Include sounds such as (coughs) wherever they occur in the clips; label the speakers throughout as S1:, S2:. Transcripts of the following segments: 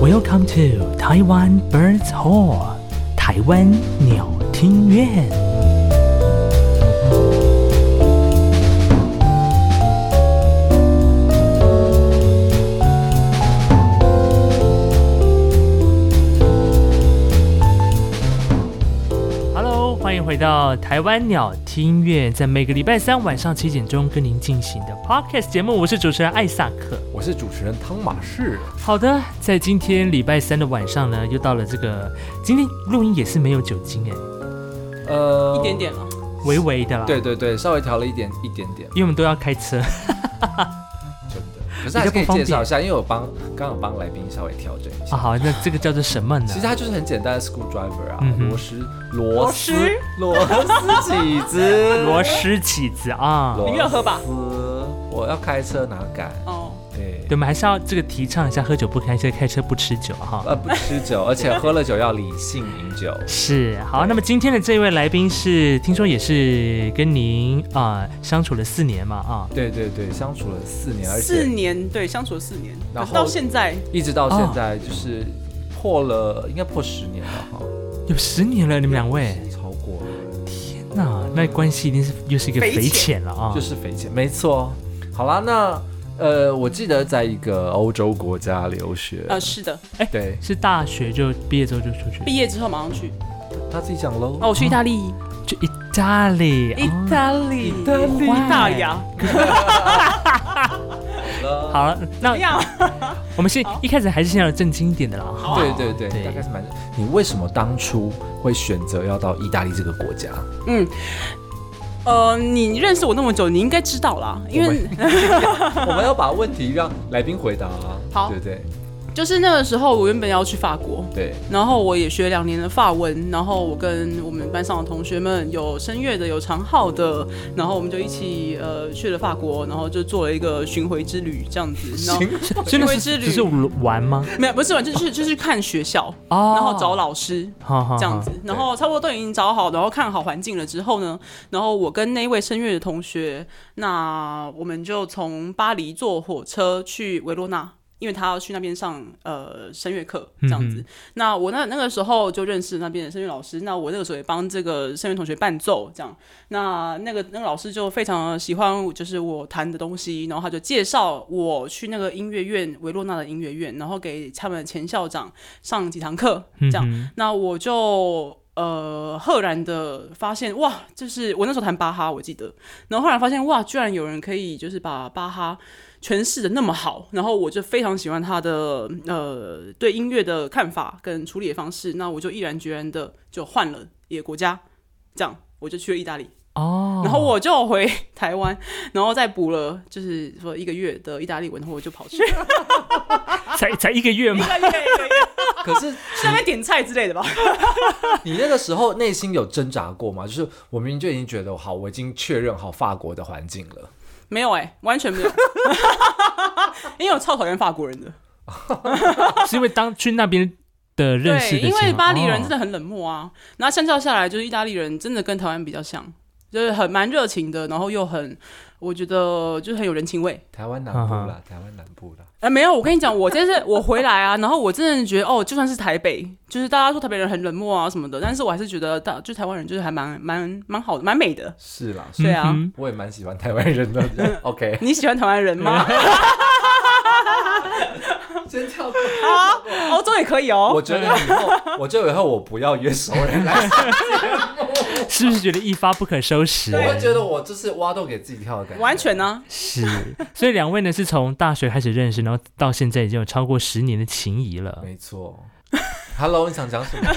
S1: Welcome to Taiwan Birds Hall，台湾鸟听院。Hello，欢迎回到台湾鸟听乐，在每个礼拜三晚上七点钟跟您进行的 Podcast 节目，我是主持人艾萨克。
S2: 我是主持人汤马士，
S1: 好的，在今天礼拜三的晚上呢，又到了这个，今天录音也是没有酒精哎，
S2: 呃
S3: 一点，点了。
S1: 微微的啦。
S2: 对，对对，稍微调了一点一点点，
S1: 因为我们都要开车。 (laughs)
S2: 真的。可是还是可以介绍一下，因为我帮刚好帮来宾稍微调整一
S1: 啊，
S2: 下。
S1: 好，那这个叫做什么呢？
S2: 其实它就是很简单的 screwdriver 啊
S1: 嗯，哼
S2: 螺丝、螺丝
S3: 丝、
S2: 螺丝起子、
S1: (laughs) 螺丝起子啊。
S2: 螺丝。
S3: 你没有喝吧？
S2: 我要开车哪敢？
S3: 哦，
S2: 对
S1: 对，，我们还是要这个提倡一下，喝酒不开车，开车不吃酒哈。
S2: 呃，不吃酒，而且喝了酒要理性饮酒。
S1: 是好，那么今天的这位来宾是，听说也是跟您啊、相处了四年嘛啊，
S2: 对对对，相处了四年，而
S3: 四
S2: 且
S3: 年对，相处了四年，
S2: 然后
S3: 可是到现在
S2: 一直到现在就是破了，应该破十年了哈。
S1: 有十年了，你们两位，
S2: 超过了。
S1: 那那关系一定是又是一个
S3: 匪
S1: 匪
S3: 浅
S1: 浅了啊。
S2: 就是匪浅，没错。好啦，那呃，我记得在一个欧洲国家留学，
S3: 呃是的，
S2: 对
S1: 是大学就毕业之后就出去，
S3: 毕业之后马上去
S2: 他自己讲喽。
S3: 哦，我去意大利，
S1: 就意大利，
S3: 意
S1: 哦
S3: 大利，
S2: 啊意大利
S3: 大牙，
S2: 好，
S1: 好了，那
S3: 哎呀，
S1: 我们先
S3: 好
S1: 一开始还是先要正经一点的啦。好
S2: 对对对，
S1: 对
S2: 大概是蛮。你为什么当初会选择要到意大利这个国 (laughs) 家？
S3: 嗯。呃，你认识我那么久，你应该知道啦，因为
S2: 我们要把问题让来宾回答啊。
S3: 好
S2: 对对
S3: 就是那个时候我原本要去法国，
S2: (laughs) 对，
S3: 然后我也学两年的法文，然后我跟我们班上的同学们有声乐的，有长号的，然后我们就一起呃去了法国，然后就做了一个巡回之旅这样子，然后 (laughs)
S1: 真的
S3: 巡回之
S1: 是
S3: 旅
S1: 只是玩吗？
S3: 没有不是玩，就是就是看学校，
S1: 哦
S3: 然后找老师，
S1: 好好
S3: 这样子，然后差不多都已经找好，然后看好环境了之后呢，然后我跟那位声乐的同学，那我们就从巴黎坐火车去维罗纳。因为他要去那边上呃声乐课这样子，那我那那个时候就认识那边的声乐老师，那我那个时候也帮这个声乐同学伴奏这样，那那个那个老师就非常喜欢就是我弹的东西，然后他就介绍我去那个音乐院维罗纳的音乐院，然后给他们前校长上几堂课这样，
S1: 嗯
S3: 那我就呃赫然的发现，哇，就是我那时候弹巴哈，我记得，然后后来发现，哇，居然有人可以就是把巴哈诠释的那么好，然后我就非常喜欢他的呃对音乐的看法跟处理的方式，那我就毅然决然的就换了一个国家，这样我就去了意大利。
S1: 哦，
S3: 然后我就回台湾， (laughs) 然后再补了，就是说一个月的意大利文，然后我就跑去一
S1: 才才一个月吗？
S3: 个月一个月，
S2: 可是
S3: 在那边点菜之类的吧。
S2: 你那个时候内心有挣扎过吗？就是我明明就已经觉得好，我已经确认好法国的环境了。
S3: 没有哎、完全
S2: (laughs)
S3: 没有，因为我超讨厌法国人的。
S1: 是因为当去那边的认识
S3: 对，
S1: 的情
S3: 因
S1: 况，哦
S3: 为巴黎人真
S1: 的
S3: 的很冷漠啊。然后相较下来，就是意大利人真的跟台湾比较像，就是很蛮热情的，然后又很，我觉得就是很有人情味。
S2: 台湾南部啦，台湾南部啦。
S3: 哎、没有，我跟你讲，我这次 (laughs) 我回来啊，然后我真的觉得哦，就算是台北，就是大家说台北人很冷漠啊什么的，但是我还是觉得大就台湾人就是还蛮蛮蛮好的，蛮美的。
S2: 是啦，
S3: 对啊，
S1: 嗯
S2: 我也蛮喜欢台湾人的。OK， (laughs)
S3: 你喜欢台湾
S1: (laughs)
S3: 人吗？
S2: 先跳过。
S3: 欧洲也可以哦。
S2: 我觉得以
S3: (laughs)
S2: 后，我觉得以后我不要约熟人来，
S1: 是不是觉得一发不可收
S3: (laughs)
S1: 拾？
S2: 我会觉得我就是挖洞给自己跳的感觉。
S3: 完全啊呢、
S1: 是，所以两位呢是从大学开始认识，然后到现在已经有超过十年的情谊了。
S2: 没错。Hello，你想讲什么？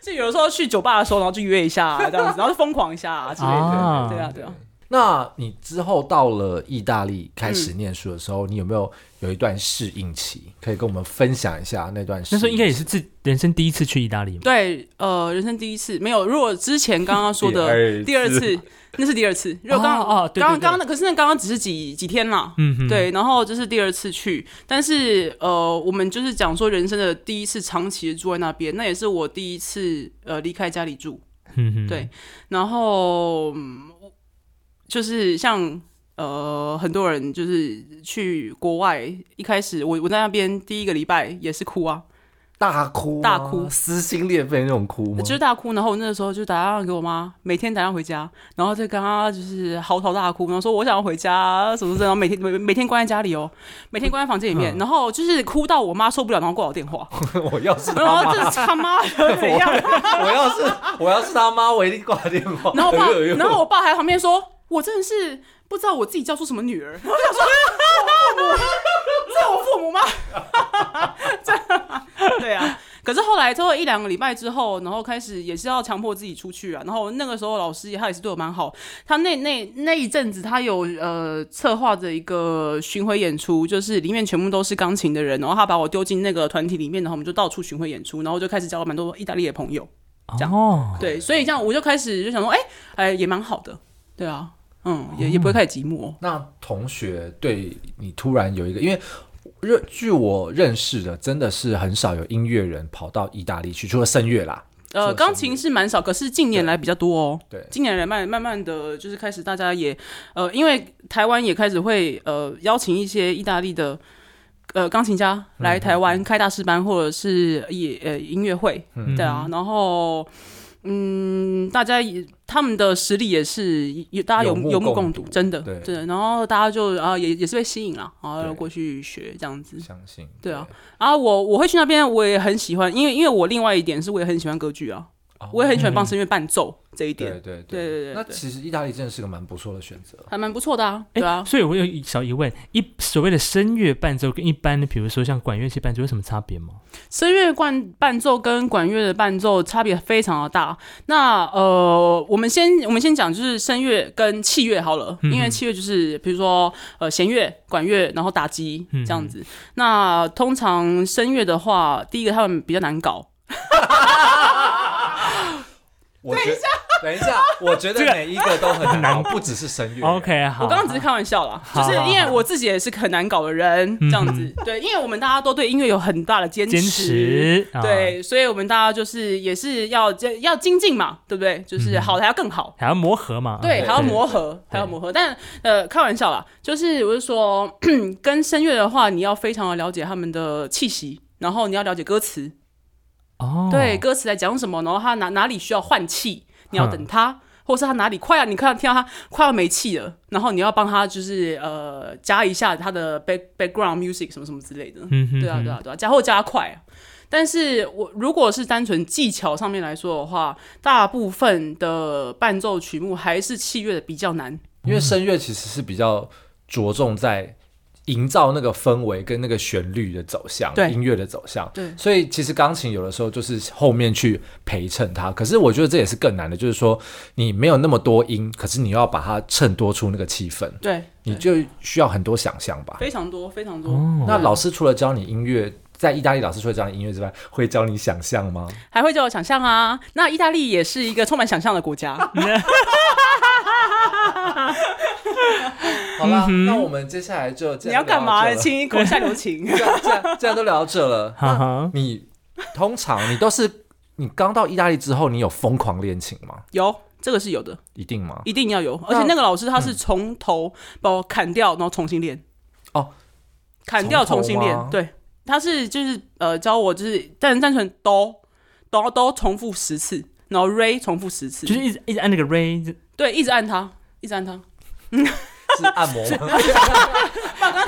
S3: 就有的时候去酒吧的时候，然后就约一下、
S1: (laughs)
S3: 啊、这样子，然后就疯狂一下、啊、之类的。
S1: 啊
S3: (laughs) 对啊，对啊。
S2: 那你之后到了意大利开始念书的时候，你有没有有一段适应期？可以跟我们分享一下那段
S1: 那
S2: 适应期？
S1: 时候应该也是自人生第一次去意大利嘛，
S3: 对，呃，人生第一次没有。如果之前刚刚说的
S2: 第
S3: 第
S2: 二
S3: 二
S2: 次
S3: 次，那是第二次。如果刚
S1: 哦哦对对
S3: 刚刚
S1: 对
S3: 刚的，可是那刚刚只是几几天啦。
S1: 嗯哼，
S3: 对，然后这是第二次去，但是呃，我们就是讲说人生的第一次长期地住在那边，那也是我第一次呃离开家里住，
S1: 嗯哼，
S3: 对，然后、嗯就是像呃，很多人就是去国外，一开始我我在那边第一个礼拜也是哭啊，
S2: 大哭吗
S3: 大哭
S2: 撕心裂肺那种哭吗？
S3: 就是大哭，然后我那时候就打电话给我妈，每天打电话回家，然后再跟她就是嚎啕大哭，然后说我想要回家，什么什么，然后每天每每天关在家里哦，每天关在房间里面，然后就是哭到我妈受不了，然后挂我电话，
S2: (laughs) 我要是
S3: 然
S2: 他
S3: 后
S2: 妈，
S3: 这他妈的怎样？
S2: 我要是我要是他妈，我一定挂电话。
S3: 然后我爸，
S2: (laughs) 哎呦
S3: 然后我爸还在旁边说，我真的是不知道我自己教出什么女儿， (laughs) 然后我想说，我父母，这是我父母吗？ (laughs) 这对啊。可是后来之后一两个礼拜之后，然后开始也是要强迫自己出去啊。然后那个时候老师也他也是对我蛮好，他那那那一阵子他有呃策划着一个巡回演出，就是里面全部都是钢琴的人，然后他把我丢进那个团体里面，然后我们就到处巡回演出，然后就开始交了蛮多意大利的朋友。这样
S1: 哦，
S3: 对，所以这样我就开始就想说，哎、哎、也蛮好的，对啊，嗯，也也不会太寂寞。哦
S2: 那同学对你突然有一个，因为认据我认识的，真的是很少有音乐人跑到意大利去，除了声乐啦。
S3: 呃，
S2: 做生意
S3: 钢琴是蛮少，可是近年来比较多哦。
S2: 对
S3: 近年来慢慢慢的就是开始大家也呃，因为台湾也开始会呃邀请一些意大利的呃钢琴家来台湾开大师班或者是也呃音乐会，
S2: 嗯
S1: 嗯
S3: 对啊，然后。嗯，大家也他们的实力也是也大家有
S2: 有目
S3: 有目
S2: 共
S3: 共睹，
S2: 睹
S3: 真的
S2: 对
S3: 对。然后大家就啊也也是被吸引了，啊然后
S2: 对
S3: 过去学这样子。
S2: 相信
S3: 对啊，啊，我我会去那边，我也很喜欢，因为因为我另外一点是我也很喜欢歌剧啊，
S2: 哦
S3: 我也很喜欢帮声乐伴奏这一
S2: 对
S3: 点，
S2: 对对
S3: 对对对
S2: 那其实意大利真的是个蛮不错的选择。
S3: 还蛮不错的啊，
S1: 哎
S3: 对啊。
S1: 所以我有一小疑问，一所谓的声乐伴奏跟一般的，比如说像管乐器伴奏有什么差别吗？
S3: 声乐伴伴奏跟管乐的伴奏差别非常的大。那呃，我们先我们先讲就是声乐跟器乐好
S1: 嗯
S3: 了，因为器乐就是比如说呃弦乐、管乐，然后打击
S1: 嗯
S3: 这样子。那通常声乐的话，第一个他们比较难搞，
S2: 我觉得等一下，我觉得
S1: 这个
S2: 每一个都很 (laughs) 难，哦不只是声乐。
S1: OK，好，
S3: 我刚刚只是开玩笑啦，就
S1: 好
S3: 是
S1: 好嗯
S3: 因为我自己也是个很难搞的人，这样子。对，因为我们大家都对音乐有很大的坚
S1: 坚持，啊，
S3: 对，所以我们大家就是也是要要精进嘛，对不对？
S1: 嗯
S3: 就是好的还要更好，
S1: 还要磨合嘛，啊
S2: 啊
S3: 对，
S2: 对
S3: 还要磨合，还要磨合。但呃，开玩笑啦，就是我是说，跟声乐的话，你要非常的了解他们的气息，然后你要了解歌词，
S1: 哦，
S3: 对，歌词在讲什么，然后他哪哪里需要换气，你要等他，或是他哪里快要你快要听到他快要没气了，然后你要帮他就是呃加一下他的 back background music 什么什么之类的，
S1: 嗯哼，
S3: 对啊对啊对啊，加或加快啊。但是我如果是单纯技巧上面来说的话，大部分的伴奏曲目还是器乐的比较难。
S2: 因为声乐其实是比较着重在营造那个氛围跟那个旋律的走向，
S3: 对
S2: 音乐的走向，
S3: 对
S2: 所以其实钢琴有的时候就是后面去陪衬它，可是我觉得这也是更难的，就是说你没有那么多音，可是你要把它衬托出那个气氛，
S3: 对，
S2: 你就哦需要很多想象吧。
S3: 非常多非常多，
S1: 哦
S2: 那老师除了教你音乐，在意大利老师除了教你音乐之外，会教你想象吗？
S3: 还会叫我想象啊。那意大利也是一个充满想象的
S1: (laughs)
S3: 国家。
S2: 好啦，那我们接下来就
S3: 嗯你要干
S1: 哦
S3: 嘛？
S2: 既
S3: 亲一口下留
S2: (laughs)
S3: 情。 (laughs)
S2: 然既然既然都聊到这了，
S1: 哈哈，
S2: 你通常你都是你刚到意大利之后，你有疯狂恋情吗？
S3: 有，这个是有的，
S2: 一定 (laughs) 吗？
S3: 一定要
S2: 嗯
S3: 有。而且那个老师他是从头把我砍掉，然后重新练。
S2: 哦，
S3: 砍掉
S2: 从头
S3: 重新练
S2: 吗，
S3: 对，他是就是呃教我就是单单纯哆哆哆重复十次，然后 re 重复十次，
S1: 就是一直一直按那个 ray，
S3: 对，一直按它，一直按它。
S2: 是按摩吗？
S3: 刚才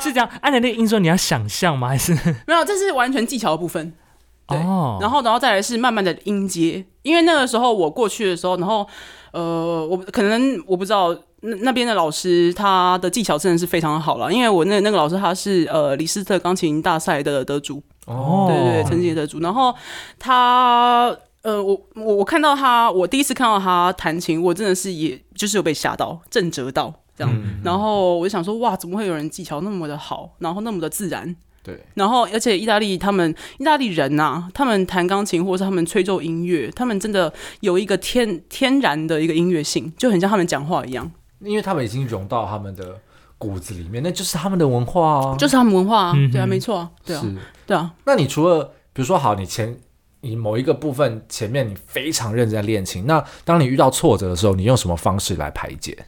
S1: 是这样按的那个音之后，你要想象吗？还是
S3: 没有，这是完全技巧的部分。 (laughs) 对
S1: 哦，
S3: 然后，然后再来是慢慢的音阶，因为那个时候我过去的时候，然后呃，我可能我不知道那那边的老师他的技巧真的是非常好了，因为我那那个老师他是呃李斯特钢琴大赛的得主，
S2: 哦，
S3: 对对对，成绩的得主。然后他呃，我我我看到他，我第一次看到他弹琴，我真的是也就是有被吓到、震折到这样。然后我就想说，哇，怎么会有人技巧那么的好，然后那么的自然？
S2: 对，
S3: 然后，而且意大利他们意大利人呐、他们弹钢琴或者是他们吹奏音乐，他们真的有一个天天然的一个音乐性，就很像他们讲话一样，
S2: 因为他们已经融到他们的骨子里面，那就是他们的文化啊。
S3: 就是他们文化啊，
S1: 嗯哼
S3: 对啊，没错啊，对啊，
S2: 是，
S3: 对
S1: 嗯
S3: 啊，
S2: 那你除了比如说，好，你前你某一个部分前面你非常认真在练琴，那当你遇到挫折的时候，你用什么方式来排解？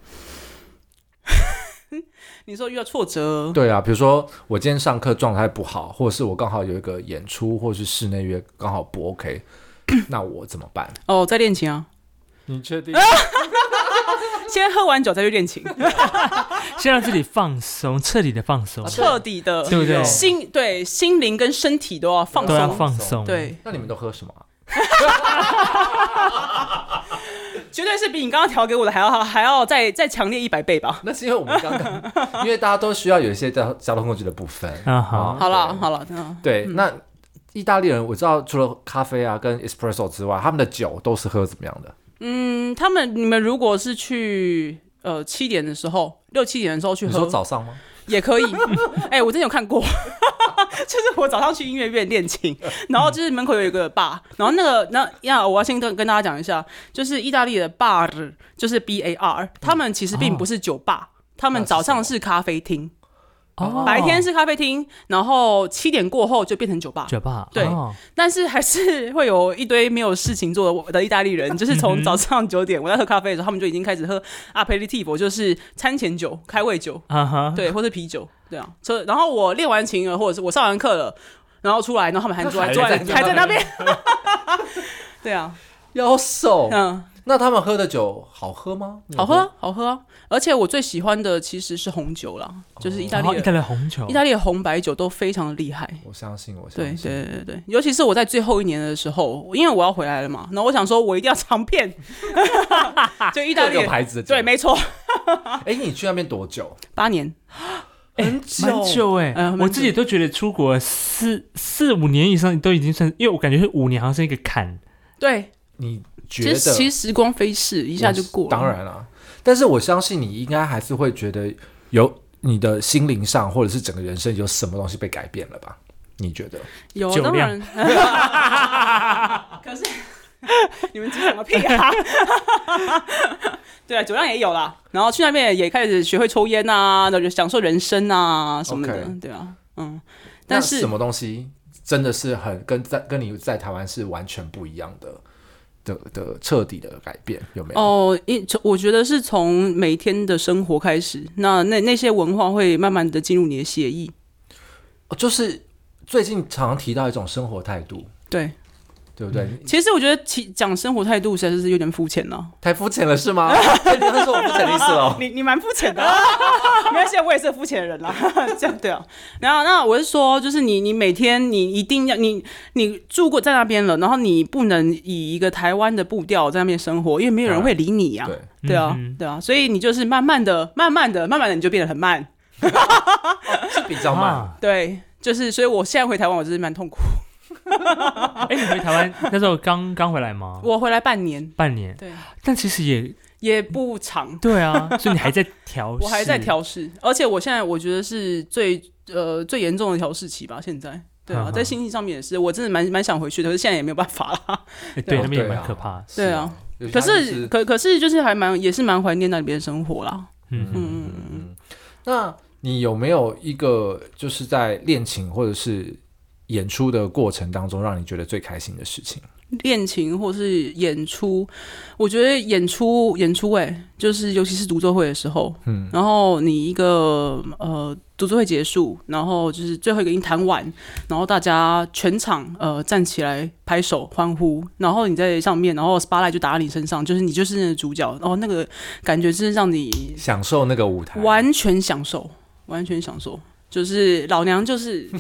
S3: 你说遇到挫折，
S2: 对啊，比如说我今天上课状态不好，或者是我刚好有一个演出，或者是室内乐刚好不
S3: (coughs)
S2: OK，那我怎么办？
S3: 哦，在练琴啊， (laughs)
S2: 你确
S3: 啊
S2: 定？
S1: 哦
S3: 先喝完酒再去练琴，
S1: 先让自己放松，彻底的放松，
S3: 哦彻底的
S1: 对不对？
S3: 心对心灵跟身体都要放
S1: 都要
S3: 松，
S1: 放松，，
S3: 对，
S2: 那你们都喝什么啊、
S3: 绝对是比你刚刚调给我的还要还要再再强烈一百倍吧。
S2: 那是因为我们刚刚，因为大家都需要有一些交交通工具的部分。哦
S1: 啊好
S3: 好了
S2: 对
S3: 好了，嗯，
S2: 对，那意大利人我知道，除了咖啡啊跟 espresso 之外，他们的酒都是喝怎么样的？
S3: 嗯，他们你们如果是去呃七点的时候，六七点的时候去
S2: 你说
S3: 喝
S2: 早上吗？
S3: 也可以。 (laughs) 哎、我真的有看过， (laughs) 就是我早上去音乐院练琴，然后就是门口有一个 bar，然后那个那呀，我要先跟跟大家讲一下，就是意大利的 bar 就是 B A R，他们其实并不是酒
S2: 哦
S3: 吧。他们早上是咖啡厅，
S1: 哦
S3: 白天是咖啡厅，然后七点过后就变成酒吧。
S1: 酒吧，
S3: 对
S1: 哦
S3: 但是还是会有一堆没有事情做的我的意大利人，就是从早上九点我在喝咖啡的时候，他们就已经开始喝 aperitivo，就是餐前酒、开胃酒，
S1: 啊哈，
S3: 对，或是啤酒，对啊。所以然后我练完琴了，或者是我上完课了，然后出来，然后他们还坐在
S2: 还
S3: 坐在
S2: 在
S3: 还在
S2: 那
S3: 那边， (laughs) 对啊，
S2: 要手。
S3: 嗯，
S2: 那他们喝的酒好喝吗？你有
S3: 好喝啊，好喝啊。而且我最喜欢的其实是红酒啦，就是意大
S1: 然后
S3: 利
S1: 意大
S3: 的
S1: 利红酒，
S3: 意大利的红白哦酒都非常的厉害。
S2: 我相信，我相
S3: 对
S2: 信。
S3: 对对对对，尤其是我在最后一年的时候，因为我要回来了嘛，然后我想说我一定要尝
S2: (laughs)
S3: 遍， (laughs) 就意大
S2: 各
S3: 利
S2: 个牌子的酒。
S3: 对，没错，
S2: 哎，你去那边多久？
S3: 八年，
S1: 哎
S2: 很
S1: 蛮久哎、
S3: 嗯蛮久
S1: 我自己都觉得出国四四五年以上都已经算，因为我感觉是五年好像是一个坎，
S3: 对，
S2: 你觉
S3: 其
S2: 得？
S3: 实其实时光飞逝，一下就过了。
S2: 当，然了，但是我相信你应该还是会觉得有你的心灵上或者是整个人生有什么东西被改变了吧？你觉得？
S3: 有
S1: 酒
S3: 当
S1: 量
S3: 然，
S2: (laughs)
S3: 可是 (laughs) 你们急什么屁啊？ (laughs) 对啊，酒量也有啦，然后去那边也开始学会抽烟啊，然后就享受人生啊什么的
S2: OK
S3: 对啊，嗯，但
S2: 那
S3: 是
S2: 什么东西真的是很跟在跟你在台湾是完全不一样的的的彻底的改变，有没有？
S3: 哦，因从我觉得是从每天的生活开始，那那那些文化会慢慢的进入你的血液。
S2: 哦就是最近常提到一种生活态度，
S3: 对，
S2: 对不对？
S3: 其实我觉得其讲生活态度实在是有点肤浅了。
S2: 太肤浅了是吗？ (laughs) 所以你要说我肤浅的意思哦喽？
S1: (laughs)
S3: (laughs) 你你蛮肤浅 (laughs) 的、啊，没关系，我也是肤浅的人啦。这样对啊， (laughs) 然后那我是说，就是你你每天你一定要你你住过在那边了，然后你不能以一个台湾的步调在那边生活，因为没有人会理你呀、
S2: 对，
S3: 对啊
S1: 嗯哼，
S3: 对啊，所以你就是慢慢的、慢慢的、慢慢的，你就变得很慢。
S2: 是比较慢。
S1: (laughs) 啊
S3: 对，就是所以我现在回台湾，我就是蛮痛苦。
S1: 哎、你回台湾那时候刚刚回来吗？
S3: (laughs) 我回来半年，
S1: 半年，
S3: 对，
S1: 但其实也
S3: 也不长，
S1: 对啊，所以你还在调试，
S3: (laughs) 我还在调试，而且我现在我觉得是最呃最严重的调试期吧，现在。对
S1: 哈
S3: 啊，
S1: 哈
S3: 在心情上面也是，我真的蛮蛮想回去的，可是现在也没有办法啦。
S1: 哎、对，
S2: 哦
S1: 那边也
S2: 对啊
S1: 蛮可怕的，
S3: 对啊，
S2: 有些
S3: 可
S2: 他就是
S3: 可可是就是还蛮也是蛮怀念那里边的生活啦。
S1: 嗯嗯，
S3: 嗯，
S2: 那你有没有一个就是在练琴或者是演出的过程当中，让你觉得最开心的事情？
S3: 练琴或是演出，我觉得演出演出哎、就是尤其是独奏会的时候，嗯，然后你一个呃独奏会结束，然后就是最后一个音弹完，然后大家全场呃站起来拍手欢呼，然后你在上面，然后 spotlight 就打在你身上，就是你就是那个主角，然后那个感觉是让你
S2: 享受那个舞台，
S3: 完全享受，完全享受。就是老娘就是 (laughs)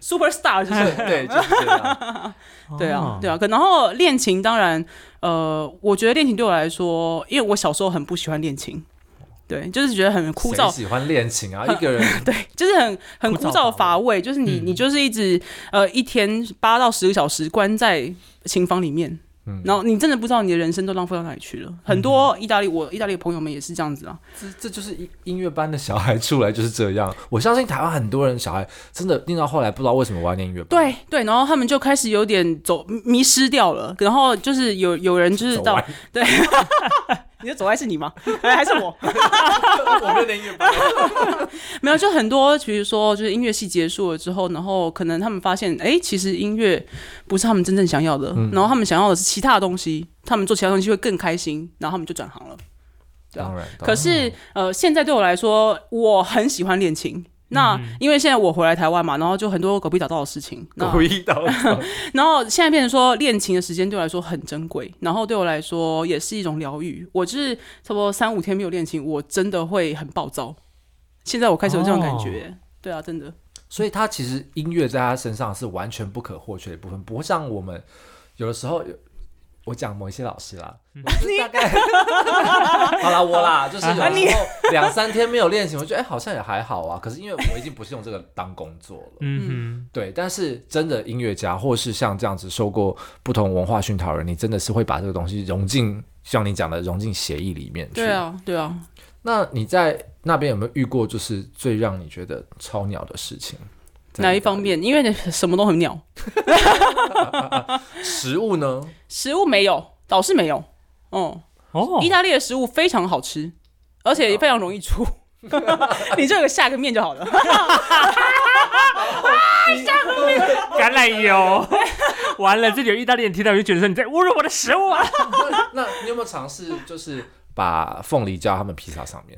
S3: ，super star 就是 (laughs)
S2: 对对，就是这样。
S1: 哦
S3: 对啊，对啊，可然后练琴当然，呃，我觉得练琴对我来说，因为我小时候很不喜欢练琴，对，就是觉得很 (laughs) 枯
S2: 谁
S3: 燥，
S2: 喜欢练琴
S3: (laughs)
S2: 啊，一个人
S3: 对，就是很很
S1: 枯
S3: 枯
S1: 燥
S3: 燥
S1: 乏
S3: 乏味，就是你、你就是一直呃一天八到十个小时关在琴房里面。然后你真的不知道你的人生都浪费到哪里去了。很多意大利，我意大利的朋友们也是这样子啊。
S2: 这这就是音音乐班的小孩出来就是这样。我相信台湾很多人小孩真的念到后来不知道为什么我要念音乐班，
S3: 对对，然后他们就开始有点走迷失掉了。然后就是有有人就是
S2: 走
S3: 到 (laughs)
S2: 歪，
S3: 对，你的走歪是你吗？哎还是我？
S2: 我们念音乐班，
S3: 没有，就很多，比如说就是音乐系结束了之后，然后可能他们发现，哎、其实音乐不是他们真正想要的，然后他们想要的是其他的东西，他们做其他东西会更开心，然后他们就转行了。对啊
S2: 当然。
S3: 可是呃，现在对我来说，我很喜欢恋情。那因为现在我回来台湾嘛，然后就很多狗屁倒灶的事情。那
S2: (laughs) 故意到
S3: (laughs) 然后现在变成说，恋情的时间对我来说很珍贵，然后对我来说也是一种疗愈。我就是差不多三五天没有恋情，我真的会很暴躁。现在我开始有这种感觉，对啊，真的。
S2: 所以他其实音乐在他身上是完全不可或缺的一部分，不会像我们有的时候有。我讲某一些老师啦，
S3: 嗯
S2: 我是大概 (laughs) 好啦，我
S3: (laughs)
S2: 啦，就是有
S3: 啊你
S2: 时候两三天没有练琴，我觉得哎、好像也还好啊。可是因为我已经不是用这个当工作了，
S1: 嗯
S2: 对。但是真的音乐家，或是像这样子受过不同文化熏陶的人，你真的是会把这个东西融进，像你讲的融进协议里面去。
S3: 对啊，对啊。
S2: 那你在那边有没有遇过就是最让你觉得超鸟的事情？
S3: 哪一方？面？因为什么都很鸟，
S2: 食物呢？
S3: 食物没有，倒是没有。哦、
S1: 哼，哦
S3: 意，大利的食物非常好吃，而且
S2: 哦
S3: 非常容易
S2: (laughs)
S3: 出。你就有个下个面就好了。
S1: 橄榄油，
S3: (laughs)
S1: 完了，这里有意大利人听到就觉得说你在侮辱我的食物啊！
S2: (laughs) 那你有没有尝试就是把凤梨加他们披萨上面？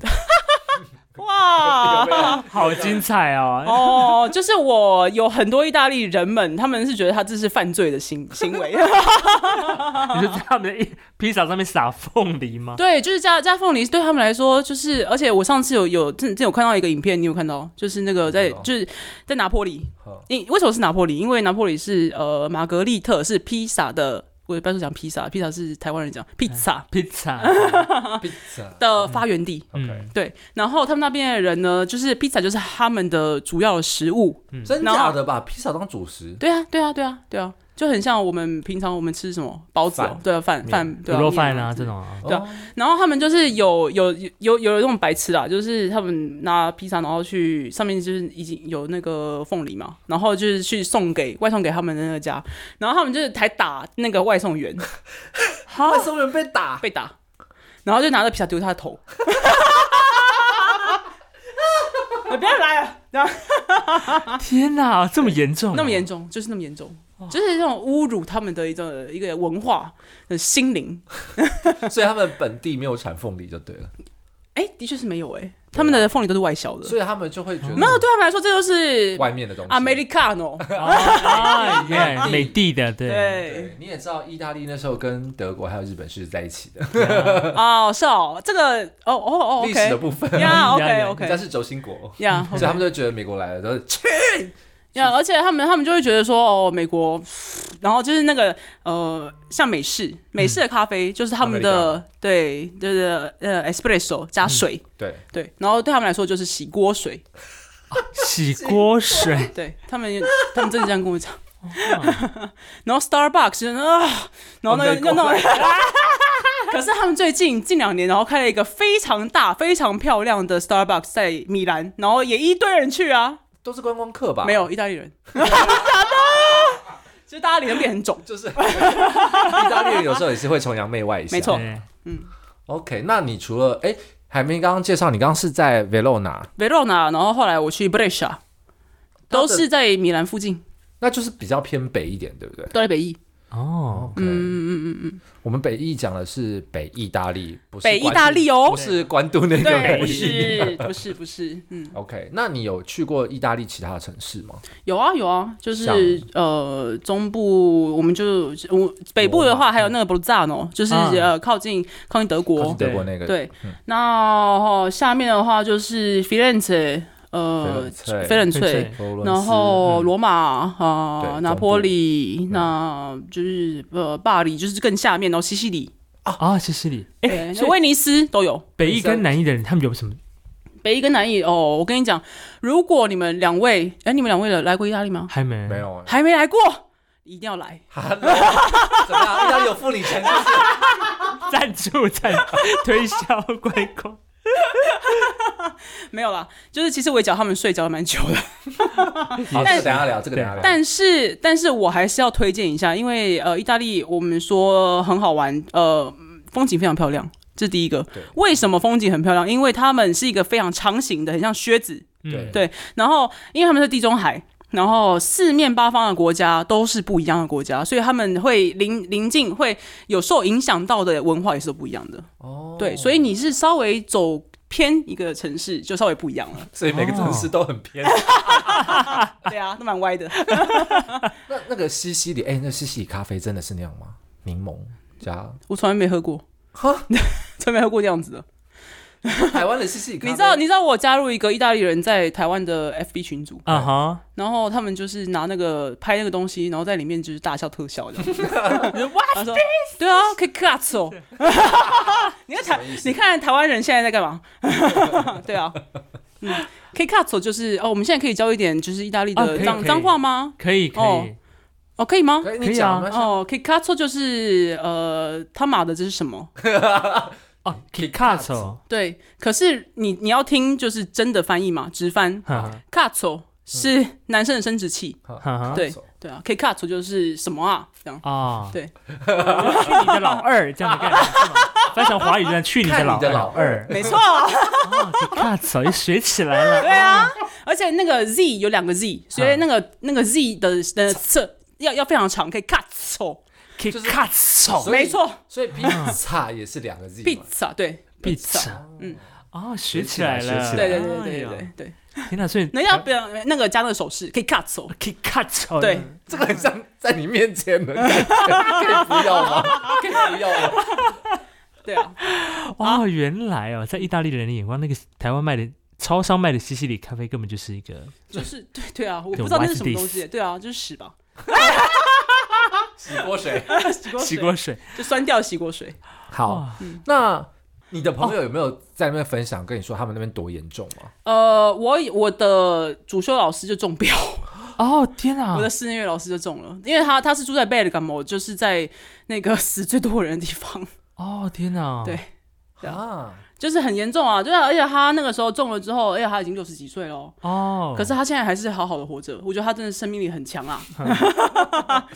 S3: 哇！
S1: (laughs) 好精彩
S3: (laughs)
S1: 哦！
S3: 哦，就是我有很多意大利人们，他们是觉得他这是犯罪
S2: (laughs)
S3: 的行行为。
S1: 你就在他们的一披萨上面撒凤梨吗？
S3: 对，就是加加凤梨对他们来说，就是而且我上次有有真真有看到一个影片，你有看到？就是那个在
S2: 没有
S3: 就是在拿坡里
S2: 嗯，
S3: 因为什么是拿坡里？因为拿坡里是呃玛格丽特是披萨的，我不要说讲披萨，披萨是台湾人
S1: 哎
S3: 讲披萨
S1: 披萨，
S2: 披萨
S3: 的发源地。
S2: OK，
S3: 对，然后他们那边的人呢，就是披萨就是他们的主要的食物。
S2: 真
S3: 然后
S2: 假的把披萨当主食？
S3: 对啊，对啊，对啊，对啊，就很像我们平常我们吃什么包子、哦
S2: 饭，
S3: 对啊，饭
S2: 面
S3: 饭对
S1: 卤
S3: 啊，
S1: 肉
S3: 面
S1: (laughs) 饭啊
S3: 之
S1: 这
S3: 类的
S1: 种啊，
S2: 哦
S3: 对啊然后他们就是有有有有有那种白痴啦，就是他们拿披萨，然后去上面就是已经有那个凤梨嘛，然后就是去送给外送给他们的那个家，然后他们就是还打那个外送
S2: (laughs)
S3: 员，
S2: 哦，外送员被打，
S3: 被打，然后就拿着披萨丢他
S2: (laughs)
S3: 的头。你哎不要来了，然后
S1: 天哪，这么严
S2: 嗯
S1: 重？啊
S3: 那么严重，就是那么严重，就是那种侮辱他们的一种一个文化的心灵。
S2: 所以他们本地没有产凤梨就对了，
S3: 哎、的确是没有哎、他们的凤梨都是外销的，
S2: 啊所以他们就会觉
S3: 没有
S2: 得
S3: 对他们来说，这就是
S2: 外面的东西。
S3: Americano。
S1: 哦啊！原来美帝的，对，
S3: 对
S2: 对，你也知道，意大利那时候跟德国还有日本是在一起的，
S3: 哦，是哦，这个哦哦哦
S2: 历史的
S3: (laughs) ，OK，
S2: 部分， (laughs)
S3: 呀，OK
S1: 人
S2: 人家
S3: OK，
S2: 是轴心国， (laughs)
S3: 呀
S2: 所以他们就觉得美国来了都是切
S3: 呀，而且他们他们就会觉得说，哦，美国，然后就是那个呃，像美式美
S2: 嗯
S3: 式的咖啡，就是他们的对就是呃 espresso
S2: 嗯
S3: 加水，
S2: 对，
S3: 对，然后对他们来说就是洗锅水，
S1: 洗锅水，
S3: 对他们 (laughs) 他们真的这样跟我讲。
S2: 哦啊
S3: 然后 Starbucks 就是啊，然后那个
S2: 哦美国
S3: 那种， (laughs)
S2: (laughs)
S3: 可是他们最近近两年，然后开了一个非常大、非常漂亮的 Starbucks 在米兰，然后也一堆人去啊，
S2: 都是观光客吧？
S3: 没，有意大利
S2: (laughs)
S3: 人，真的，就是大家脸变很肿，
S2: 就是 (laughs) 意大利人有时候也是会崇洋媚外一下，
S3: 没错
S1: 对
S2: OK，那你除了哎，海明刚刚介绍，你刚刚是在 Verona，
S3: Verona，然后后来我去 Brescia，都是在米兰附近，
S2: 那就是比较偏北一点，对不对
S3: 都在北意，
S1: 哦，
S2: 嗯嗯嗯嗯。我们北意讲的是北意大利，不是
S3: 北意
S2: 关
S3: 大利哦
S2: 不是关渡那个
S3: 对，
S2: 北
S3: 不
S2: 意。
S3: 是不是不是，嗯，
S2: OK，那你有去过意大利其他的城市吗？
S3: 有啊有啊，就是
S2: 像
S3: 呃中部，我们就我北部的
S2: 罗
S3: 话
S2: 马
S3: 还有那个 b r u z a n o 就是
S1: 啊
S3: 呃靠近靠近德
S2: 靠
S3: 国
S2: 近，德国那嗯个
S3: 对，那哦下面的话就是 Firenze，呃
S2: 翡翠
S3: Firenze，
S2: 佛罗伦
S3: 然
S2: 斯
S3: 后
S2: 嗯
S3: 罗马啊、呃
S2: 对
S3: 拿
S2: 总部嗯
S3: 坡里，那就是呃巴黎，就是更下面，然后西西里，
S1: 啊，西西里，
S3: 对
S1: 哎，
S3: 那
S1: 所以
S3: 威尼斯都有。
S1: 北意跟南意的人，他们有什么？
S3: 北一跟南意哦，我跟你讲，如果你们两位，哎，你们两位来来过意大利吗？
S1: 还没
S2: 没，有啊？
S3: 还没来过，一定要来。
S2: Hello，怎么样？意大利有妇女城市？
S1: 赞助赞推销观光，
S3: 没有啦，就是其实我也叫他们睡觉蛮久
S2: 嗯
S3: 的，
S2: (laughs) 好，这个等一下聊，这个等一下聊。
S3: 但是但是我还是要推荐一下，因为呃，意大利我们说很好玩，呃，风景非常漂亮，这是第一个
S2: 对。
S3: 为什么风景很漂亮？因为他们是一个非常长形的，很像靴子，
S1: 嗯
S2: 对
S3: 对，然后因为他们是地中海，然后四面八方的国家都是不一样的国家，所以他们会邻邻近会有受影响到的文化也是不一样的。
S2: 哦，
S3: 对，所以你是稍微走偏一个城市就稍微不一样
S2: (laughs)
S3: 了。
S2: 所以每个城市都很偏。
S3: 对啊，都蛮歪的。
S2: 那那个西西里，哎、那西西里咖啡真的是那样吗？柠檬加
S3: 我从来没喝过，
S2: 哈，
S3: (laughs) 从来没喝过这样子的。
S2: (laughs) 台湾的西西里咖啡，
S3: 你知道，你知道我加入一个意大利人在台湾的 FB 群组，
S1: 啊哈，
S3: 然后他们就是拿那个拍那个东西，然后在里面就是大笑特笑的。他说：“对啊，可以 cuts 哦。 (laughs) 你看台，你看台湾人现在在干嘛？ (laughs) 对啊，嗯，可以 cuts 就是哦，我们现在可以教一点就是意大利
S1: 啊可
S3: 的
S1: 以
S3: 脏
S1: 可以
S3: 脏话吗？
S1: 可以可
S3: 哦
S1: 以，
S3: 哦，可以吗？
S2: 可以
S1: 可
S2: 你
S1: 以
S2: 讲
S1: 啊
S2: 没关系
S3: 哦，可以 cuts 就是呃，他妈的这是什么？
S1: 哦 k i k a t o
S3: 对，可是你你要听就是真的翻译嘛，直翻
S1: 哈
S3: cuts 是男生的生殖器，
S1: 哈哈，
S3: 对对啊，可以 cuts 就是什么啊这样。”
S1: 啊，
S3: 对，
S1: 去你的老二这样的概念是吗？翻成华语就是去你的老
S2: 看你的老
S1: 二
S2: 二，
S3: 没错，啊
S1: 看早就学起来了。
S3: 对 (laughs) 啊，而且那个 Z 有两个 Z，所以那个那个 Z 的的侧要要非常长，可以 cut 错，
S1: k i
S2: 就是
S1: k a t o
S2: 所以
S3: 没错
S2: 所以披萨也是两个 Z 嘛。
S3: ，pizza 对
S1: b i t。哦，
S3: 嗯
S1: 学起来
S2: 学
S1: 了，
S2: 起来
S3: 对对对对对
S1: 哎呦，
S3: 对对，
S1: 天哪，所以
S3: 那要不要那个加那个手势可以 cut 错？
S1: k i k a t o
S3: 对，
S2: 这个很像在你面前的感觉，可以不要
S3: (laughs)
S2: 吗？可以不要吗？
S3: 对啊，
S1: 哦，原来哦，在意大利人的眼光，那个台湾卖的超商卖的西西里咖啡根本就是一个
S3: 就是对对啊，我
S1: 对
S3: 不知道那
S1: what
S3: 是什么
S1: is
S3: 东西，对啊，就是屎吧，
S2: 洗锅水。
S3: (laughs) 洗过
S1: 洗
S3: 水
S1: 锅水。
S3: 就酸掉洗过水。
S2: 好，那你的朋友有没有在那边分享跟你说他们那边多严重吗？
S3: 呃，我我的主修老师就中标，
S1: 哦，天哪
S3: 我，的室内乐老师就中了，因为他他是住在贝尔干嘛，就是在那个死最多人的地方。
S1: 哦，天哪，
S3: 对对
S2: 啊，
S3: 就是很严重啊，对啊，而且他那个时候中了之后，而且他已经六十几岁了哦，
S1: 哦，
S3: 可是他现在还是好好的活着，我觉得他真的生命力很强啊。啊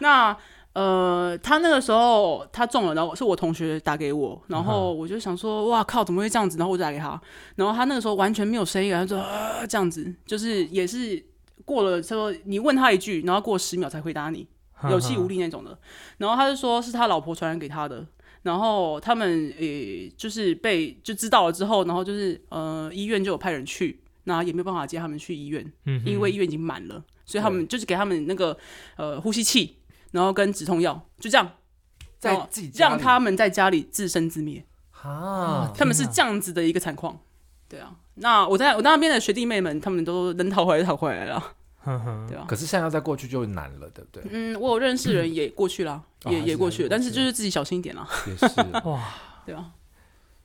S3: 那呃，他那个时候他中了，然后是我同学打给我，然后我就想说，哇靠，怎么会这样子？然后我就打给他，然后他那个时候完全没有声音，然后就、啊这样子，就是也是过了，他说你问他一句，然后过十秒才回答你，有气无力那种的。然后他就说是他老婆传染给他的。然后他们诶、就是被就知道了之后，然后就是呃，医院就有派人去，那也没有办法接他们去医院，
S1: 嗯哼
S3: 因为医院已经满了，所以他们就是给他们那个呃呼吸器，然后跟止痛药，就这样，
S2: 在
S3: 然后
S2: 自己家里
S3: 让他们在家里自生自灭，
S2: 啊，
S3: 他们是哦这样子的一个惨况，对啊。那我在我那边的学弟妹们，他们都能逃回来就逃回来了，
S1: 哼嗯哼
S3: 对啊。
S2: 可是现在要再过去就难了，对不对？
S3: (laughs) 嗯，我有认识人也过去了，
S2: 哦
S3: 也
S2: 还是
S3: 也过去了，
S2: 能过
S3: 但是
S2: 去
S3: 就是自己小心一点 (laughs) 啦，
S2: 也是。 (laughs)
S1: 哇，
S3: 对啊。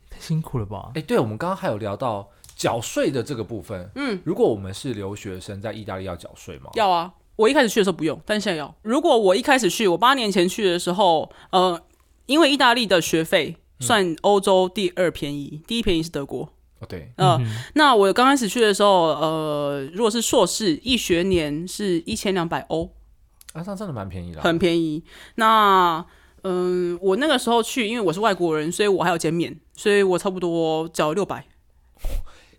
S1: 太辛苦了吧？
S2: 哎，对，我们刚刚还有聊到缴税的这个部分。嗯，如果我们是留学生，在意大利要缴税吗？
S3: 要啊，我一开始去的时候不用，但现在要。如果我一开始去，我八年前去的时候，呃，因为意大利的学费算欧洲第二便宜，第一便宜是德国。
S2: 哦，对，
S1: 嗯
S3: 呃，那我刚开始去的时候，呃，如果是硕士一学年是一千两百欧，
S2: 啊，那真的蛮便宜的啊。
S3: 很便宜。那嗯，我那个时候去，因为我是外国人，所以我还有减免，所以我差不多缴六百。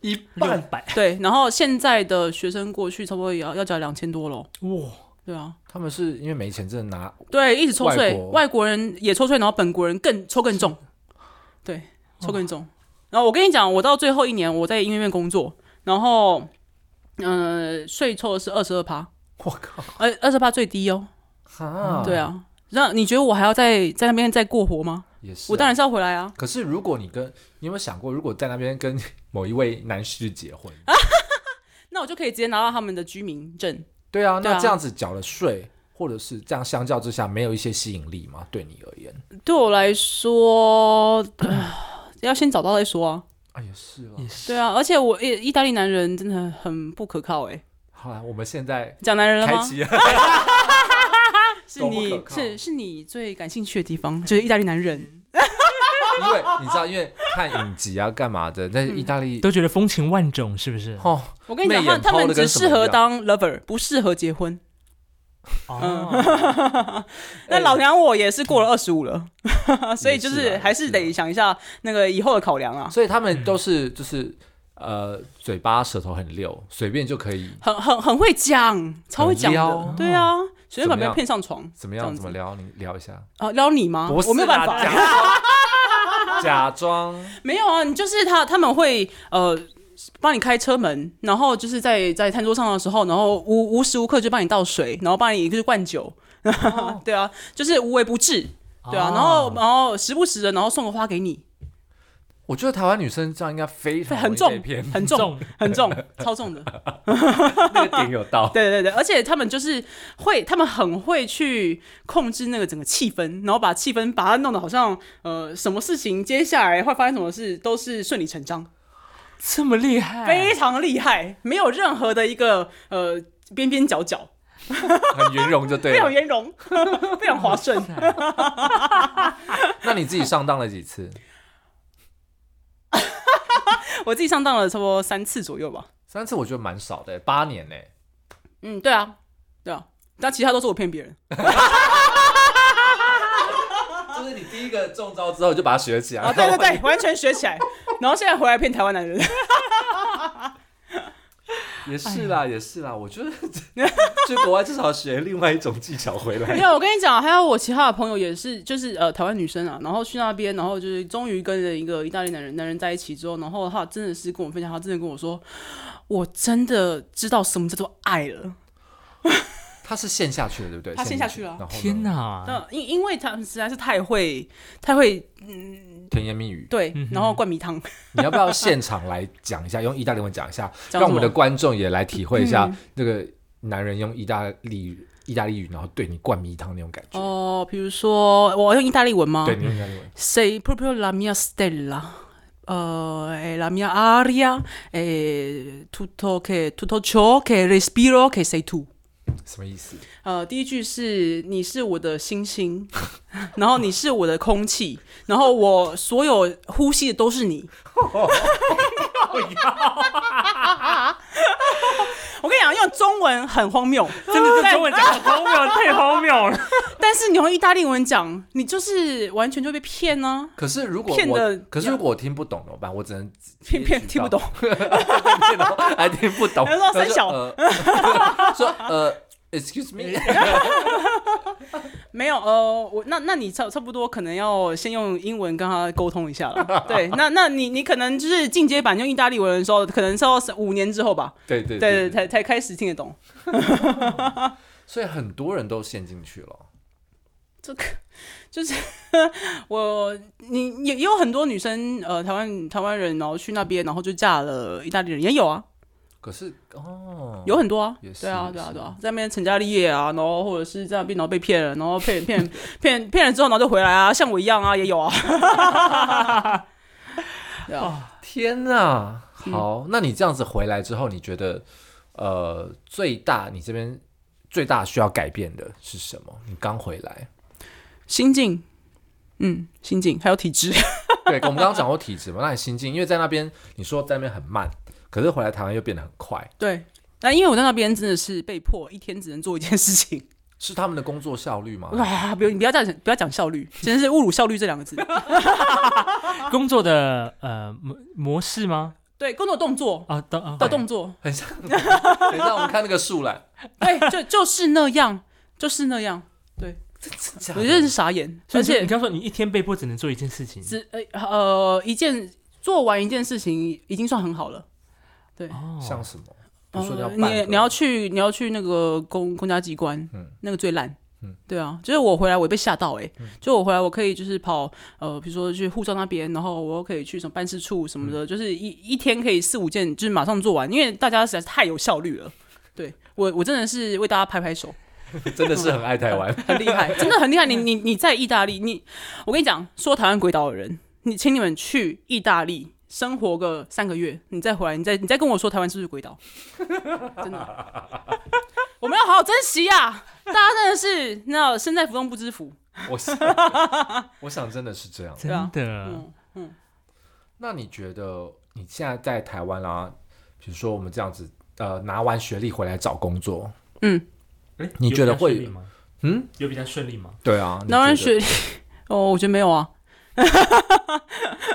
S2: 一
S1: 六
S2: 半
S1: 百
S3: 对，然后现在的学生过去差不多也要要缴两千多咯。
S1: 哇，
S3: 对啊，
S2: 他们是因为没钱，真的拿 (laughs)
S3: 对，一直抽税，
S2: 外
S3: 外
S2: 国
S3: 国人也抽税，然后本国人更抽更重，对，抽更重。然后我跟你讲，我到最后一年我在音乐院工作，然后呃，税抽的是二十二趴，
S2: 我靠
S3: 而二十八最低哦。
S2: 啊！
S3: 对，啊，那你觉得我还要在在那边再过活吗？
S2: 也是啊。
S3: 我当然是要回来啊。
S2: 可是如果你跟你有没有想过，如果在那边跟某一位男士结婚？
S3: 啊那我就可以直接拿到他们的居民证。
S2: 对啊，
S3: 对啊
S2: 那这样子缴了税，或者是这样相较之下没有一些吸引力吗？对你而言？
S3: 对我来 (clears throat) 说，要先找到再说啊。
S2: 啊，也是了
S1: 也。是
S3: 对啊，而且我意意大利男人真的很不可靠哎、
S2: 好啦，我们现在
S3: 讲男人了
S2: 开
S3: 吗？
S2: 启
S3: 是
S2: 都不可
S3: 你
S2: 靠
S3: 是是你最感兴趣的地方，就是意大利男人。
S2: 因为你知道，因为看影集啊，干嘛的，但是意大
S3: 嗯
S2: 利、
S1: 都觉得风情万种，是不是？
S2: 哦，
S3: (laughs) 我跟你讲，
S2: 媚
S3: 他
S2: 眼
S3: 他
S2: 抛
S3: 们
S2: 得
S3: 只
S2: 跟什么
S3: 适
S2: 一样
S3: 合当 lover，不适合结婚。嗯
S1: 哦，
S3: 那老娘我也是过了二十五了， (laughs) 所以就
S2: 也是
S3: 是
S2: 啊
S3: 还是
S2: 也是啊
S3: 得想一下那个以后的考量啊。
S2: 所以他们都是就是呃嘴巴舌头很溜，随便就可以
S3: 很很很会讲，超会讲
S2: 撩
S3: 的，对啊，随
S2: 怎
S3: 便把
S2: 么
S3: 别
S2: 样
S3: 人骗上床，
S2: 怎么样
S3: 这
S2: 怎么
S3: 子
S2: 撩，你聊一下。
S3: 啊？撩你吗？
S2: 不是啦，
S3: 我没有办法，
S2: 假装假装
S3: 没有啊，你就是他他们会呃帮你开车门，然后就是在在餐桌上的时候，然后无无时无刻就帮你倒水，然后帮你就是灌酒， (laughs) 对啊，就是无微不至，对啊，然后
S1: 哦
S3: 然后时不时的，然后送个花给 (laughs) 你，
S2: 我觉得台湾女生这样应该非常
S3: 很
S2: 容易
S3: 重
S2: 被骗，
S3: 很重
S1: 重
S3: 很重，超重 (laughs) 的，
S2: 那个点有到。
S3: (laughs) 对对对，而且他们就是会，他们很会去控制那个整个气氛，然后把气氛把它弄得好像呃什么事情接下来会发生什么事都是顺理成章。
S1: 这么厉害，
S3: 非常厉害，没有任何的一个呃边边角角，
S2: 很圆融就对
S3: 非常
S2: 了。
S3: 圆融， (laughs) 非常滑顺。
S2: 那你自己上当了几次？
S3: 我自己上当了差不多三次左右吧。
S2: 三次我觉得蛮少的，八年呢。
S3: 嗯，对啊，对啊，但其他都是我骗别人。 (laughs)
S2: 就是你第一个中招之后就把它学起来
S3: 啊，对对对，完全学起来，然后现在回来骗台湾男人。
S2: 对，
S3: 哎
S2: 也是啦，也是啦。我觉得 (laughs) 去国外至少学另外一种技巧回 (laughs)
S3: 没
S2: 来。
S3: 啊有，我跟你讲，还有我其他的朋友也是，就是呃台湾女生啊，然后去那边，然后就是终于跟了一个意大利男人男人在一起之后，然后他真的是跟我分享，他真的跟我说，我真的知道什么叫做爱了。
S2: 他是陷下去了，对不对？
S3: 他陷下去了
S2: 然后呢
S1: 天，哪！
S3: 那因因为他们实在是太会太会
S2: 甜言蜜语。
S3: 对，然后灌迷汤，
S2: 你要不要现场来讲一下，用意大利文讲一下，
S3: 讲什么嗯
S2: 让我们的观众也来体会一下那个男人用意大利语意大利语，然后对你灌迷汤那种感觉。
S3: 哦，比如说我用意大利文吗？
S2: 对，你用意大利文。
S3: ，Sei proprio la mia stella。呃，è la mia aria, è tutto che tutto ciò che respiro che sei tu。
S2: 什么意思？
S3: 呃，第一句是你是我的星星， (laughs) 然后你是我的空气，然后我所有呼吸的都是你。 (laughs) 我跟你讲，用中文很荒谬，
S1: 真 (laughs) 的是中文讲得好荒谬，太荒谬了。
S3: 但是你用意大利文讲，你就是完全就被骗呢、
S2: 可是如果
S3: 骗
S2: 我
S3: 得，
S2: 可是如果我听不懂怎么办？我只能
S3: 骗骗听不懂，
S2: 听不
S3: (laughs)
S2: 懂，还听不懂。
S3: 他说三小
S2: 呃说呃，excuse
S3: (laughs)
S2: me，
S3: 没有，呃，我那那你差差不多可能要先用英文跟他沟通一下了。对，那那你你可能就是进阶版用意大利文的时候，可能是要五年之后吧，
S2: 对对
S3: 对对，才才开始听得懂。
S2: 所以很多人都陷进去了。
S3: 这个就是我，你也也有很多女生，呃，台湾台湾人，然后去那边，然后就嫁了意大利人，也有啊，
S2: 可是哦，
S3: 有很多啊
S2: 也，是
S3: 对啊，
S2: 也
S3: 对啊，
S2: 是
S3: 对啊，在那边成家立业啊，然后或者是在那边然后被 (laughs) 骗了，然后骗骗骗骗了之后，然后就回来啊，像我一样啊，也有啊，啊 (laughs) 对啊，
S2: 天哪！好，嗯那你这样子回来之后，你觉得呃，最大你这边最大需要改变的是什么？你刚回来， (laughs)
S3: 心境，嗯，心境，还有体质， (laughs)
S2: 对，我们刚刚讲过体质嘛，那你心境，因为在那边你说在那边很慢，可是回来台湾又变得很快，
S3: 对，那因为我在那边真的是被迫一天只能做一件事情。
S2: 是他们的工作效率吗？
S3: 哇，不用，你不要讲，不要讲效率，真的是侮辱效率这两个字。
S1: (laughs) 工作的呃模模式吗？
S3: 对，工作动作
S1: 啊，动啊
S3: 的动作，
S2: 很像，很像我们看那个树懒， (laughs)
S3: 对，就就是那样，就是那样。我真是傻眼，
S1: 所
S3: 而
S1: 以你
S3: 且
S1: 你刚说你一天被迫只能做一件事情，
S3: 只呃呃一件做完一件事情已经算很好了。
S1: 哦
S2: 像什么？比
S3: 呃
S2: 如说你要、办
S3: 你
S2: 个
S3: 你要去你要去那个公公家机关，
S2: 嗯
S3: 那个最烂。
S2: 嗯
S3: 对啊，就是我回来我也被吓到哎、欸就我回来我可以就是跑呃，比如说去护照那边，然后我又可以去什么办事处什么
S2: 嗯
S3: 的，就是一一天可以四五件，就是马上做完，因为大家实在是太有效率了。对我我真的是为大家拍拍手。
S2: 真的 (laughs) 是很爱台湾，
S3: 很厉害，真的很厉害。你你你在意大利，你我跟你讲，说台湾鬼岛的人，你请你们去意大利生活个三个月，你再回来，你再你再跟我说台湾是不是鬼岛， (laughs) 真的，我们要好好珍惜呀、大家真的是那身在福中不知福，
S2: 我想，我想真的是这样。
S1: 真的
S3: 嗯，
S2: 那你觉得你现在在台湾啦、比如说我们这样子，呃，拿完学历回来找工作，
S1: 哎
S2: 你觉得会
S1: 有比较顺利吗？
S2: 嗯，
S1: 有比较顺利吗？
S2: 对啊，你
S3: 当然
S2: 觉得
S3: (laughs) 学历， (laughs) 哦，我觉得没有啊，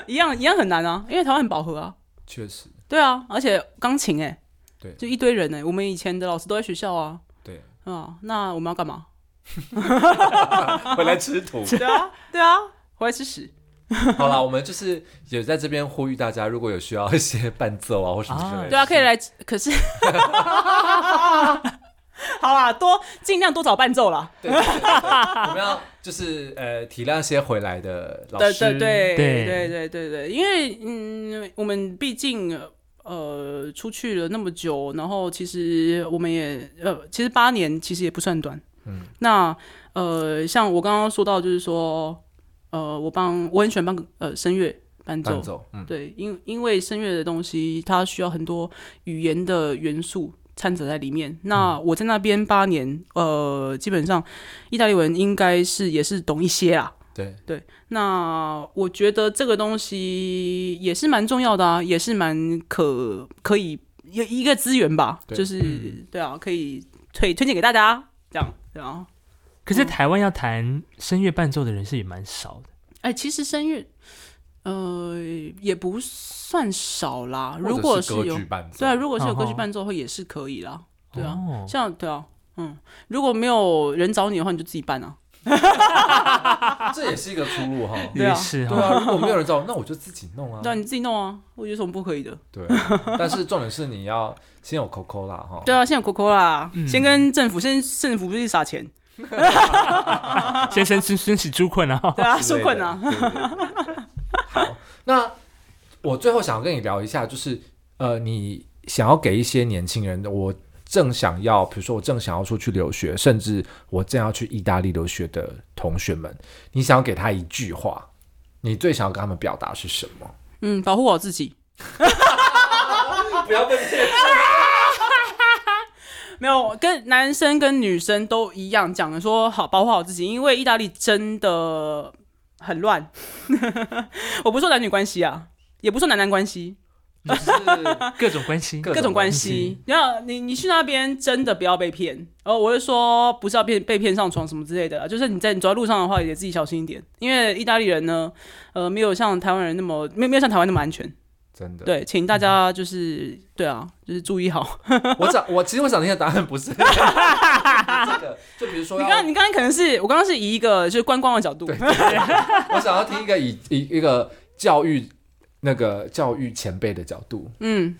S3: 一样一样很难啊，因为台湾很饱和啊，
S2: 确实，
S3: 对啊，而且钢琴哎、
S2: 对
S3: 就一堆人哎、我们以前的老师都在学校啊，
S2: 对，
S3: 啊，那我们要干嘛？
S2: (laughs) 回来吃
S3: (laughs)
S2: 土。
S3: 对啊，对啊，回来吃屎。
S2: 好啦，我们就是也在这边呼吁大家，如果有需要一些 (laughs) 伴奏啊或什么之类的，
S3: 对啊，可以来，可是，好啦，多尽量多找伴奏啦。
S2: 对，对对
S3: 啊
S2: 对我们要就是呃体谅一些回来的老
S3: 对
S2: 师，
S3: 对对
S1: 对
S3: 对对对对，因为嗯，我们毕竟呃出去了那么久，然后其实我们也呃，其实八年其实也不算短。
S2: 嗯，
S3: 那呃，像我刚刚说到，就是说呃，我帮我很喜欢帮呃声乐伴奏
S2: 伴，奏，嗯，
S3: 对，因因为声乐的东西，它需要很多语言的元素掺杂在里面。那
S2: 嗯
S3: 我在那边八年，呃，基本上意大利文应该是也是懂一些啦。
S2: 对，
S3: 对，那我觉得这个东西也是蛮重要的啊，也是蛮可可以有一个资源吧，
S2: 对嗯
S3: 就是、对啊，可以推推荐给大家这样，对啊。
S1: 可是台湾要弹声乐伴奏的人是也蛮少的。
S3: 哎，其实声乐，呃，也不算少啦。
S2: 或者
S3: 如果
S2: 是
S3: 是
S2: 歌
S3: 有
S2: 剧伴奏，
S3: 对啊，如果是有歌
S1: 哦
S3: 曲
S1: 吼
S3: 伴奏会也是可以啦。
S2: 嗯
S3: 对啊，
S1: 哦
S3: 像对啊，嗯，如果没有人找你的话，你就自己办啊。啊
S2: 这也是一个出路
S3: (laughs)
S2: 哈。
S3: 对啊
S1: 也是哦
S2: 对
S1: 哈，
S2: 啊，如果没有人找，那我就自己弄啊
S3: 对。啊，你自己弄啊，我有什么不可以的？
S2: 对啊，但是重点是你要先有 COCO 啦哈。
S3: (laughs) 对啊，现在 COCO 啦，
S1: 嗯
S3: 先跟政府，先政府不是撒钱，
S2: 哦
S3: 啊
S1: 先生是先起猪困
S3: (laughs)
S1: 啊，
S3: 对啊，
S2: 之
S3: 受
S2: 类的
S3: 困啊。
S2: 对对对好，那我最后想要跟你聊一下，就是呃，你想要给一些年轻人，我正想要，比如说我正想要出去留学，甚至我正要去意大利留学的同学们，你想要给他一句话，你最想要跟他们表达是什么？
S3: 嗯，保护好自己。
S2: (laughs) 不要问这
S3: 没有，跟男生跟女生都一样讲的说好保护好自己，因为意大利真的很乱。 (laughs) 我不说男女关系啊，也不说男男关系，
S2: 就是
S1: 各种关系。
S2: 各
S3: 各种关
S1: 关
S3: 系
S1: 系。
S3: 然后你你去那边真的不要被骗，然后我就说不是要被被骗上床什么之类的啦，就是你在你走在路上的话也自己小心一点，因为意大利人呢，呃，没有像台湾人那么没有没有像台湾那么安全。
S2: 真的。
S3: 对，请大家就是对啊，就是注意好。
S2: 我想，我其实我想听的答案不是不是这个，就比如说
S3: 你
S2: 要
S3: 刚你刚刚可能是我刚刚是以一个就是观光的角度，
S2: 我想要听一个以以一个教育那个教育前辈的角度。
S3: 嗯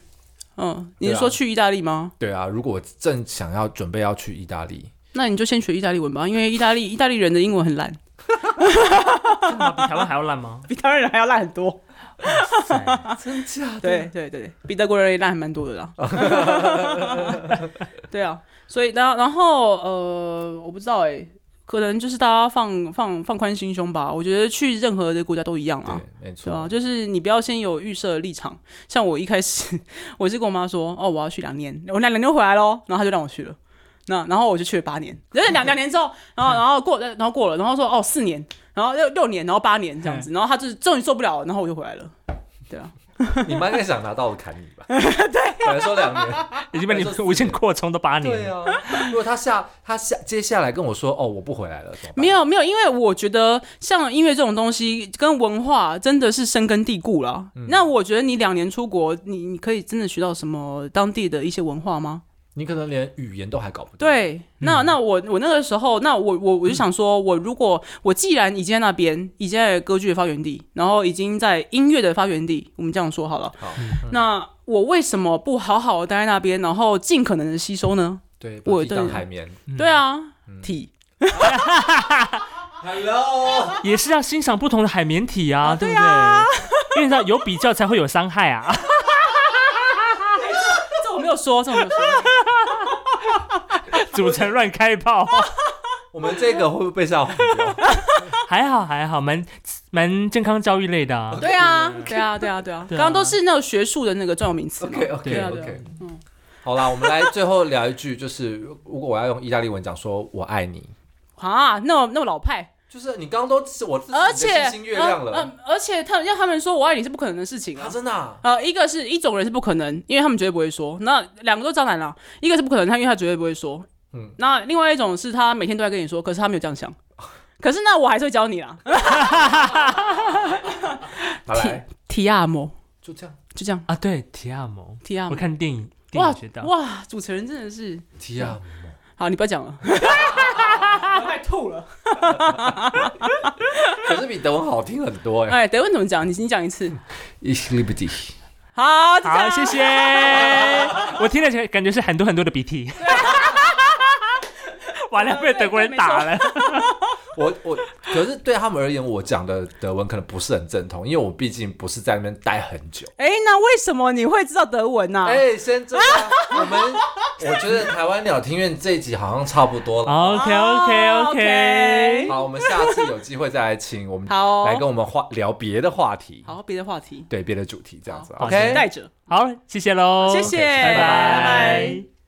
S3: 嗯，你
S2: 对
S3: 是
S2: 啊
S3: 说去意大利吗？
S2: 对啊，如果我正想要准备要去意大利，
S3: 那你就先学意大利文吧，因为意大利意大利人的英文很 (laughs) 烂，
S1: 真的吗比台湾还要烂 (laughs) 吗？
S3: 比台湾人还要烂很多。
S1: 哇塞
S2: 真假？
S3: 对啊对对，比德国人也烂还蛮多
S2: (laughs)
S3: 的啦。对啊，所以然后然后呃，我不知道哎、可能就是大家放放放宽心胸吧。我觉得去任何的国家都一样啊。
S2: 对，没
S3: 对啊，
S2: 错。 (laughs)
S3: 就是你不要先有预设立场。像我一开始， (laughs) 我是跟我妈说，哦，我要去两年，我两年就回来咯，然后她就让我去了。那然后我就去了八年，就是两两年之后，然
S2: 嗯
S3: 后然后过，然后过了，然后说哦四年，然后又六年，然后八年这样
S2: 嗯
S3: 子，然后她就是终于受不了了，然后我就回来了。对啊，
S2: 你妈应该想拿刀砍你
S3: (laughs)
S2: 吧？对，本来说两年。
S1: 已经被你无限扩充到八
S2: 对
S1: 年，
S2: 啊，如果他下他下接下来跟我说哦我不回来了，怎么办
S3: 没有没有，因为我觉得像音乐这种东西跟文化真的是深根蒂固了。那我觉得你两年出国，你你可以真的学到什么当地的一些文化吗？
S2: 你可能连语言都还搞不定。
S3: 对，那那我我那个时候，那我我我就想说，我如果我既然已经在那边，已经在歌剧的发源地，然后已经在音乐的发源地，我们这样说好了，
S2: 好，
S3: 那我为什么不好好的待在那边，然后尽可能的吸收呢？
S2: 对，把
S3: 我
S2: 自己当
S3: 对
S2: 海绵。
S3: 对啊，体 (laughs)
S2: Hello，
S1: 也是要欣赏不同的海绵体啊，对不对？因为你知道有比较才会有伤害啊。
S3: 这我没有说，这我没有说，
S1: 主持人乱开 (laughs) 炮，
S2: 我们这个会不会被吓坏
S3: (laughs)
S2: 掉？ (laughs)
S1: 还好还好，蛮蛮健康教育类的啊。
S3: 对啊，对啊，对啊，对啊，
S1: 对
S3: 刚
S1: 啊
S3: 刚都是那个学术的那个专有名词嘛
S2: OK OK
S3: 对啊，对啊
S2: OK，嗯，好啦，我们来最后聊一句，就是如如果我要用意大利文讲说“我爱你
S3: 啊，那么那么老派，”，
S2: 就是你刚刚都是我自己
S3: 而
S2: 的
S3: 且
S2: 星星月亮
S3: 呃
S2: 了，
S3: 呃而且他们要他们说我爱你是不可能的事情啊
S2: 啊，，真的啊
S3: 呃，一个是一种人是不可能，因为他们绝对不会说。那两个都渣男啦，一个是不可能，他因为他绝对不会说。
S2: 嗯
S3: 嗯，那另外一种是他每天都在跟你说，可是他没有这
S2: (laughs)
S3: 样想。可是那我还是会教你啦，
S2: 好来，
S3: 提亚莫，
S2: 就这样。
S3: 就这样。
S1: 啊，对，提亚蒙，
S3: 提亚
S1: 我看电影电
S3: 哇
S1: 影学到，
S3: 哇，主持人真的是
S2: 提亚
S3: 啊好，你不要
S2: (laughs)
S3: 讲了，快吐了。
S2: 可是比德文好听很多哎、
S3: 哎，德文怎么讲？你你 (laughs) 讲
S2: (laughs)
S3: 一次。
S2: Ich liebe dich。
S3: 好，就这
S1: 好，
S3: 样
S1: 谢谢。我听了起来感觉是很多很多的鼻涕。 (laughs) 完了，被德国人打 (laughs) 了。
S2: 我我可是对他们而言，我讲的德文可能不是很正统，因为我毕竟不是在那边待很久。
S3: 哎，那为什么你会知道德文啊呢？
S2: 哎、先这样，
S3: (laughs)
S2: 我们我觉得台湾鸟听院这一集好像差不多了。
S1: OK OK OK，
S2: 好，我们下次有机会再来请我们
S3: 好哦
S2: 来跟我们话聊别的话题，
S3: 好，别的话题，
S2: 对别的主题这样子。啊
S1: 好
S2: OK，
S3: 带着。
S1: 好，谢谢喽，
S3: 谢谢，
S2: 哎 OK，拜
S1: 拜
S2: 拜
S1: 拜。